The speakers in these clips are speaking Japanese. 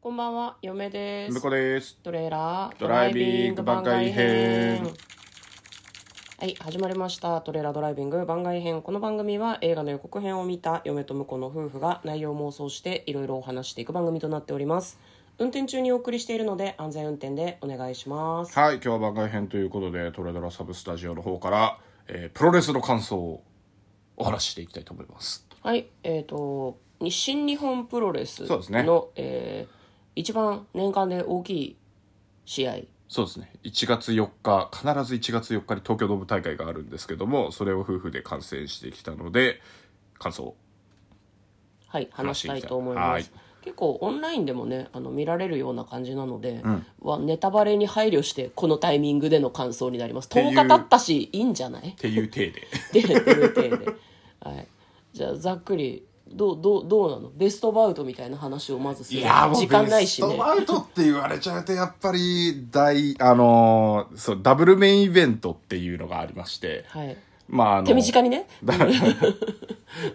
こんばんは、嫁です。向こうです。トレーラードドライビング番外編はい始まりました「トレーラードライビング番外編」この番組は映画の予告編を見た嫁と婿の夫婦が内容を妄想していろいろお話していく番組となっております運転中にお送りしているので安全運転でお願いしますはい、今日は番外編ということで、トレドラサブスタジオの方から、えープロレスの感想をお話ししていきたいと思います。はいえっ、と日新日本プロレスそうですねの、えー一番年間で大きい試合そうですね。1月4日、必ず1月4日に東京ドーム大会があるんですけども、それを夫婦で観戦してきたので、感想。はい、話したいと思いはまいす。結構オンラインでもねあの見られるような感じなので、はネタバレに配慮してこのタイミングでの感想になりますていう10日経ったしいいんじゃない っていう体 で。っていう体で、はい、じゃあざっくりどうどうどうなのベストバウトみたいな話をまずする時間ないしベスねトバウトって言われちゃうと、やっぱり、大、あのーそう、ダブルメインイベントっていうのがありまして、はい、まあ、あの、手短にね。だから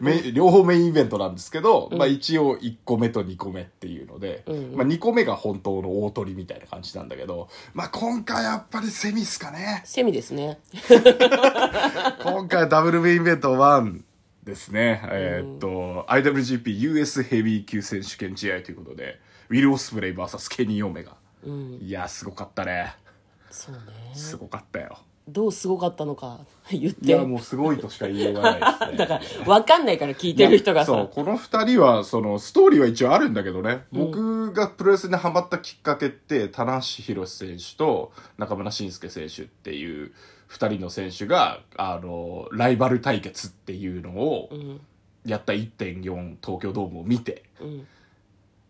メイン両方メインイベントなんですけど、まあ一応1個目と2個目っていうので、まあ2個目が本当の大鳥みたいな感じなんだけど、まあ今回やっぱりセミっすかねセミですね今回ダブルメインイベント1ですね。えーっと、IWGP US ヘビー級選手権試合ということで、ウィル・オスプレイ VS ケニー・オメガ。いや、すごかったね。そうねすごかったよ。どうすごかったのか言っいてや、もうすごいとしか言いようがないです ね。だから分かんないから聞いてる人がそうさこの二人はそのストーリーは一応あるんだけどね、僕がプロレスにハマったきっかけって棚橋宏選手と中村慎介選手っていう二人の選手があのライバル対決っていうのをんやった1.4東京ドームを見て、うん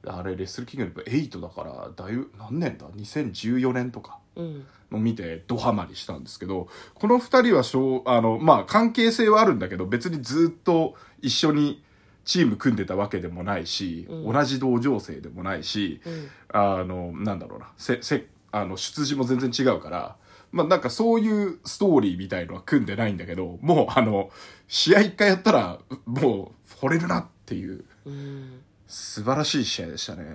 あれレッスルキングでも8だからだいぶ何年だ2014年とか。うんの見てドハマりしたんですけど、この二人はしょう、あの、まあ、関係性はあるんだけど、別にずっと一緒にチーム組んでたわけでもないし、うん同じ同情生でもないし、うんあの、なんだろうな、せ、せ、あの、出自も全然違うから、まあ、なんかそういうストーリーみたいのは組んでないんだけど、もうあの、試合一回やったら、もう、惚れるなっていう、うん素晴らしい試合でしたね。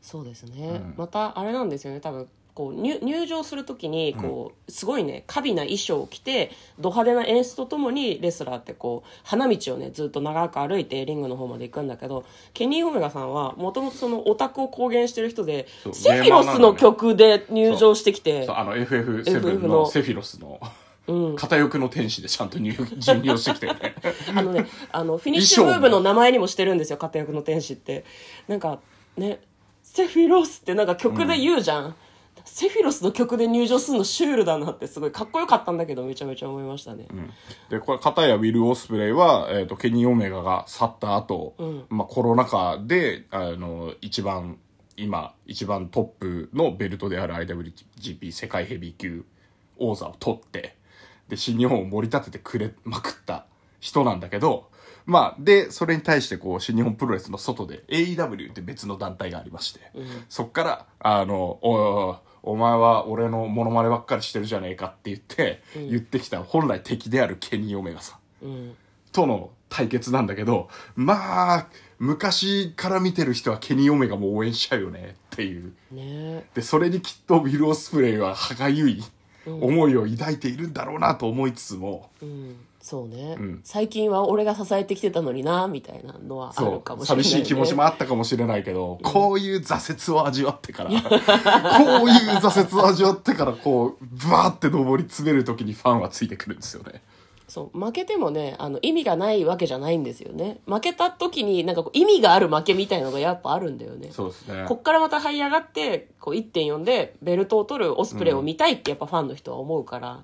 そうですね、うんまたあれなんですよね多分こう入入場するときにこう、すごいね華美な衣装を着てド派手な演出とともにレスラーってこう花道をねずっと長く歩いてリングの方まで行くんだけどケニー・オメガさんはもともとそのオタクを公言してる人でそうセフィロスの曲で入場してきてそう、あの FF7 FF ののセフィロスの。うん、片欲の天使でちゃんと 入準備をしてきてるね あのねあのフィニッシュムーブの名前にもしてるんですよ片役の天使ってなんかねセフィロスってなんか曲で言うじゃん、セフィロスの曲で入場するのシュールだなってすごいかっこよかったんだけどめちゃめちゃ思いましたね、でこれ片やウィル・オスプレイは、えー、とケニー・オメガが去った後、まあコロナ禍であの一番今一番トップのベルトである IWGP 世界ヘビー級王座を取ってで新日本を盛り立ててくれまくった人なんだけどまあでそれに対してこう新日本プロレスの外で AEW って別の団体がありまして、そっからあのおいおいお前は俺のモノマネばっかりしてるじゃねえかって言って、言ってきた本来敵であるケニー・オメガさんうん、との対決なんだけど、まあ、昔から見てる人はケニー・オメガも応援しちゃうよねっていう。ねで、それにきっとビル・オスプレイは歯がゆい思いを抱いているんだろうなと思いつつも、うんそうね、ん最近は俺が支えてきてたのになみたいなのはあるそかもう、しれない、寂ね、しい気持ちもあったかもしれないけど、こういう挫折を味わってから、こういう挫折を味わってから、こう、ブワーって登り詰めるときにファンはついてくるんですよね。そう負けてもねあの意味がないわけじゃないんですよね負けた時になんかこう意味がある負けみたいのがやっぱあるんだよねそうですねこっからまた這い上がってこう1.4でベルトを取るオスプレイを見たいってやっぱファンの人は思うから、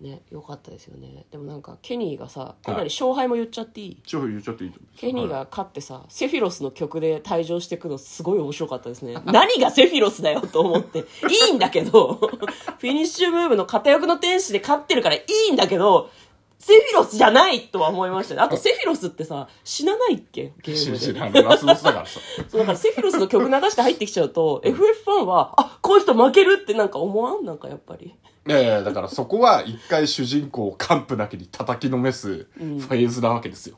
ねよかったですよねでもなんかケニーがさかなり勝敗も言っちゃっていい、ちょ、言っちゃっていいと思いますケニーが勝ってさセフィロスの曲で退場してくのすごい面白かったですね何がセフィロスだよと思っていいんだけど フィニッシュムーブの片翼の天使で勝ってるからいいんだけどセフィロスじゃないとは思いましたねあとセフィロスってさ死なないっけゲームで知らんラスボスだからさ。そうだからセフィロスの曲流して入ってきちゃうと FF ファンはあこの人負けるってなんか思わんなんかやっぱりいやいや、だからそこは一回主人公を完膚なきに叩きのめすフェーズなわけですよ。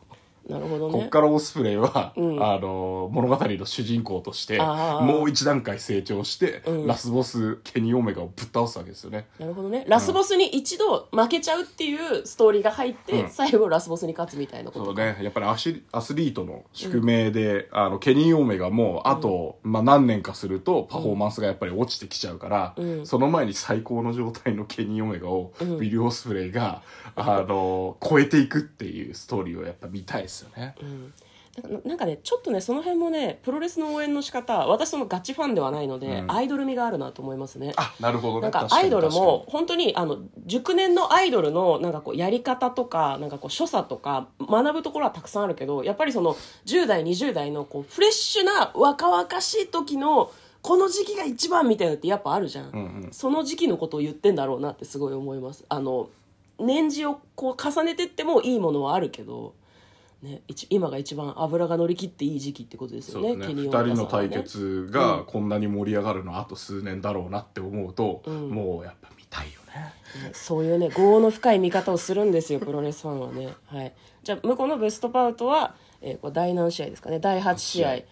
なるほどこっね。からオスプレイは、うんあの物語の主人公としてあーもう一段階成長して、うんラスボスケニー・オメガをぶっ倒すわけですよねなるほどね。ラスボスに一度負けちゃうっていうストーリーが入って、うん最後ラスボスに勝つみたいなこと。そうねやっぱりアシアスリートの宿命で、あのケニー・オメガもあと、まあ、何年かするとパフォーマンスがやっぱり落ちてきちゃうから、うんその前に最高の状態のケニー・オメガを、うんビル・オスプレイがあの超えていくっていうストーリーをやっぱ見たいですよね。うんなんかなんかねちょっとねその辺もねプロレスの応援の仕方私そのガチファンではないので、うんアイドル味があるなと思いますねあなるほどねなんか確アにイドルも本当にあの熟年のアイドルのなんかこうやり方とかなんかこう所作とか学ぶところはたくさんあるけどやっぱりその10代20代のこうフレッシュな若々しい時のこの時期が一番みたいなのってやっぱあるじゃん、うんうんその時期のことを言ってんだろうなってすごい思いますあの年次をこう重ねてってもいいものはあるけど、ね、一今が一番脂が乗り切っていい時期ってことですそよねうだケねニー2オメガさん人のはね対決うんがこんなに盛り上がるのはあと数年だろうなって思うと、うんもうやっぱ見たいよねそういうね、業の深い見方をするんですよ、プロレスファンはね。はい。じゃあ、向こうのベストパウトは、えーこれ第何試合ですかね、第8試合試合、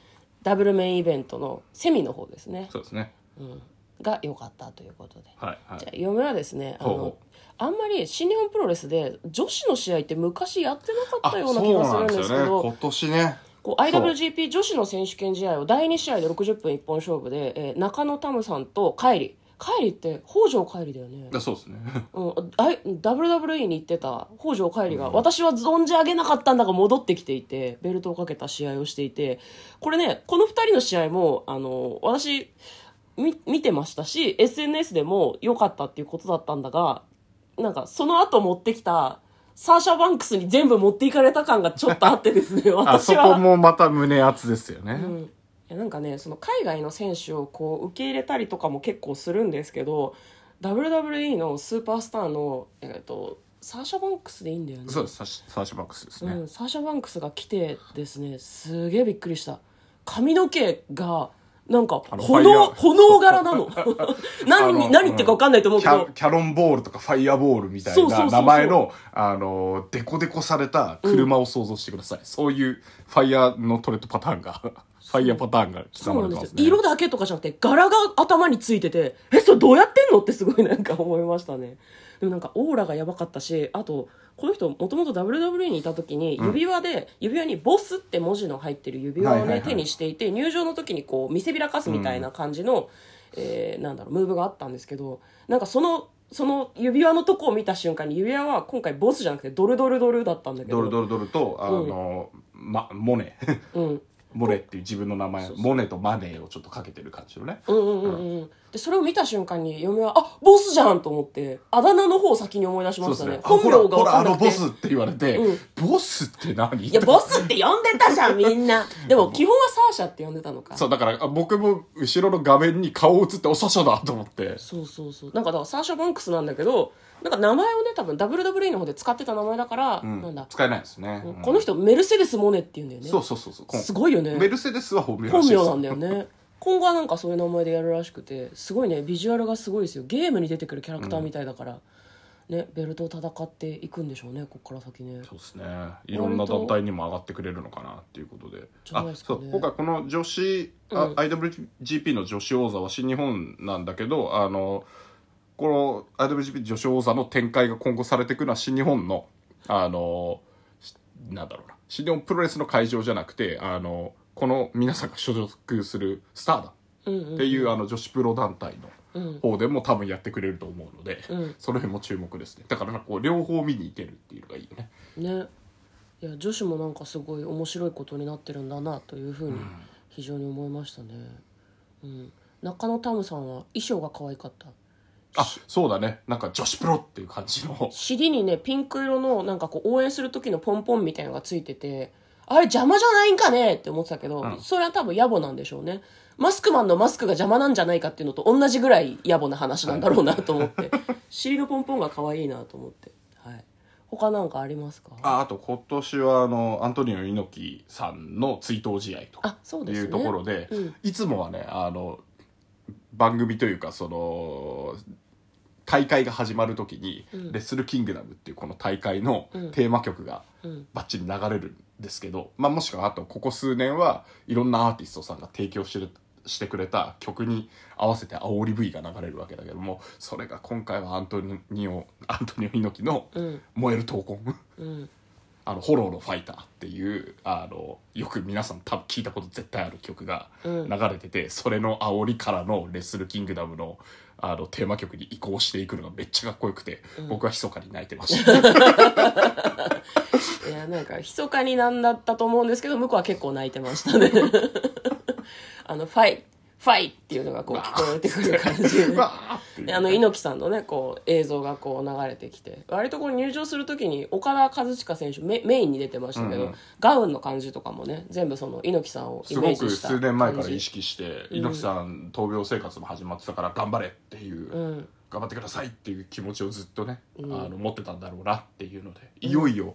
ダブルメインイベントのセミの方ですね、そうですねうん、が良かったということで。はいはいじゃあ、嫁はですね、あほうのほ、あんまり新日本プロレスで女子の試合って昔やってなかあったような気そうがすなるんんでですけすよねど、今年ねこう IWGP 女子の選手権試合を第2試合で60分一本勝負で、えー中野タムさんとカイリ。カイリって北条カイリだよね。あそうで すねうん、あい WWE に行ってた北条海里が、私は存じ上げなかったんだが戻ってきていてベルトをかけた試合をしていてこれねこの2人の試合もあの私み見てましたし SNS でも良かったっていうことだったんだがなんかその後持ってきたサーシャ・バンクスに全部持っていかれた感がちょっとあってですね あ私そはこもまた胸熱ですよね、うん、いやなんかねその海外の選手をこう受け入れたりとかも結構するんですけど WWE のスーパースターの、えっと、サーシャ・バンクスでいいんだよねそうですサシサーシャバックスですね、うん、サーシャ・バンクスが来てですねすげえびっくりした髪の毛がなんかあの炎ファイヤー炎柄な のあ何のに何言ってるか分かんないと思うけキどャキャロンボールとかファイアボールみたいそうそうそなうそう名前のあのデコデコされた車を想像してください、そういうファイヤーのトレットパター ンがファイヤーパターンが刻そうまなれんてでますすよね色だけとかじゃなくて柄が頭についててえそれどうやってんのってすごいなんか思いましたねでもなんかオーラがやばかったしあとこの人もともと WWE にいた時に指輪で、指輪に「ボス」って文字の入ってる指輪をね、はいはいはい手にしていて入場の時にこう見せびらかすみたいな感じの、えーなんだろうムーブがあったんですけどなんかそのその指輪のとこを見た瞬間に指輪は今回ボスじゃなくてドルドルドルだったんだけどドルドルドルとあの、ま、モネ うん、モネっていう自分の名前モネとマネーをちょっとかけてる感じのねうんうんうんうん、でそれを見た瞬間に嫁は「あボスじゃん!」と思ってあだ名の方を先に思い出しましたねあ本ほ名らがほ分らかあんなのくてボスって言われて、うんボスって何いやボスって呼んでたじゃんみん なでも基本はサーシャって呼んでたのかそうだからあ僕も後ろの画面に顔映っておさしゃだと思ってそうそうそうなんかだからサーシャ・バンクスなんだけどなんか名前をね多分 WWE の方で使ってた名前だから、うんなんだ使えないですね、うんこの人メルセデス・モネっていうんだよねそうそうそうそうこんすごいよねメルセデスは本名ら本しい名ですなんだよね今後はなんかそういう名前でやるらしくてすごいねビジュアルがすごいですよゲームに出てくるキャラクターみたいだから、ねベルトを戦っていくんでしょうねこっから先ねそうですねいろんな団体にも上がってくれるのかなっていうことでじゃあないですかそねう今回この女子、うあん IWGP の女子王座は新日本なんだけどあのこの IWGP 女子王座の展開が今後されていくのは新日本のあのしなんだろうな新日本プロレスの会場じゃなくてあのこの皆さんが所属するスターだうんうっんていう、あの女子プロ団体うのん方でも多分やってくれると思うので、うんその辺も注目ですねだからなんかこう両方見に行けるっていうのがいいよねねいや女子もなんかすごい面白いことになってるんだなというふうに非常に思いましたね、うん、中野タムさんは衣装が可愛かったあそうだねなんか女子プロっていう感じの尻にねピンク色のなんかこう応援する時のポンポンみたいのがついててあれ邪魔じゃないんかねって思ってたけど、うんそれは多分野暮なんでしょうねマスクマンのマスクが邪魔なんじゃないかっていうのと同じぐらい野暮な話なんだろうなと思って 尻のポンポンが可愛いなと思って、はい、他なんかありますかああと今年はあのアントニオ猪木さんの追悼試合あそうとですいねうところでうんいつもはねあの番組というかその大会が始まる時に「うんレッスルキングダム」っていうこの大会のうんテーマ曲がうんバッチリ流れるですけど、まあ、もしくはあとここ数年はいろんなアーティストさんが提供してるしてくれた曲に合わせて煽り V が流れるわけだけどもそれが今回はアントニオアントニオ猪木のうん「燃える闘魂」うんあの「炎のファイター」っていうあのよく皆さん多分聞いたこと絶対ある曲がうん流れてて、それの煽りからの「レッスルキングダムの」あのテーマ曲に移行していくのがめっちゃかっこよくて、僕は密かに泣いてました。いやなんか密かになんだったと思うんですけど向こうは結構泣いてました ねあのファイファイっていうのがこう聞こえてくる感じでうわーっていうであの猪木さんのねこう映像がこう流れてきて割とこう入場する時に岡田和親選手メメインに出てましたけど、うんうんガウンの感じとかもね全部その猪木さんをイすメーごジくした数年前から感意じ識して猪木さん闘病生活も始まってたから頑張れっていう、うん頑張ってくださいっていう気持ちをずっとね、あの持ってたんだろうなっていうのでいよいよ、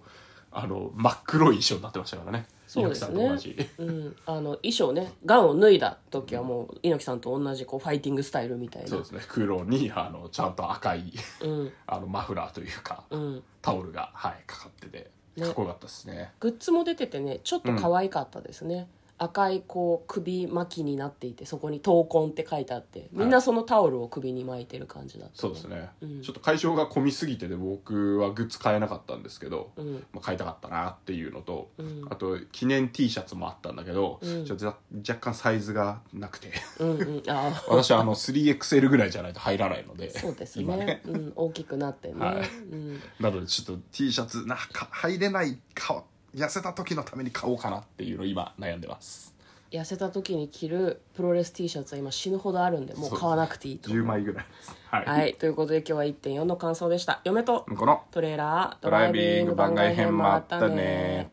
あの真っ黒い衣装になってましたからねそうです猪木さんねと同じ。うん、あの衣装ねガウンを脱いだ時はもう猪木さんと同じこうファイティングスタイルみたいなそうですね黒にあのちゃんと赤い うんあのマフラーというか、うんタオルが、はい、かかっててねかっこよかったですねグッズも出ててねちょっと可愛かったですね、赤いこう首巻きになっていてそこに「闘魂」って書いてあってみんなそのタオルを首に巻いてる感じだった、そうですね、うんちょっと会場が混みすぎてで僕はグッズ買えなかったんですけど、うんまあ、買いたかったなっていうのと、うんあと記念 T シャツもあったんだけど、うんちょっとざ若干サイズがなくて うんうんああ私はあの 3XL ぐらいじゃないと入らないのでそうですね今ねうん、大きくなってね、はいうん、なのでちょっと T シャツなんか入れないか痩せた時のために買おうかなっていうのを今悩んでます痩せた時に着るプロレス T シャツは今死ぬほどあるんでもう買わなくていいと10枚ぐらいですはい、はいということで今日は1.4の感想でした嫁とこのトレーラードドライビング番外編もあったね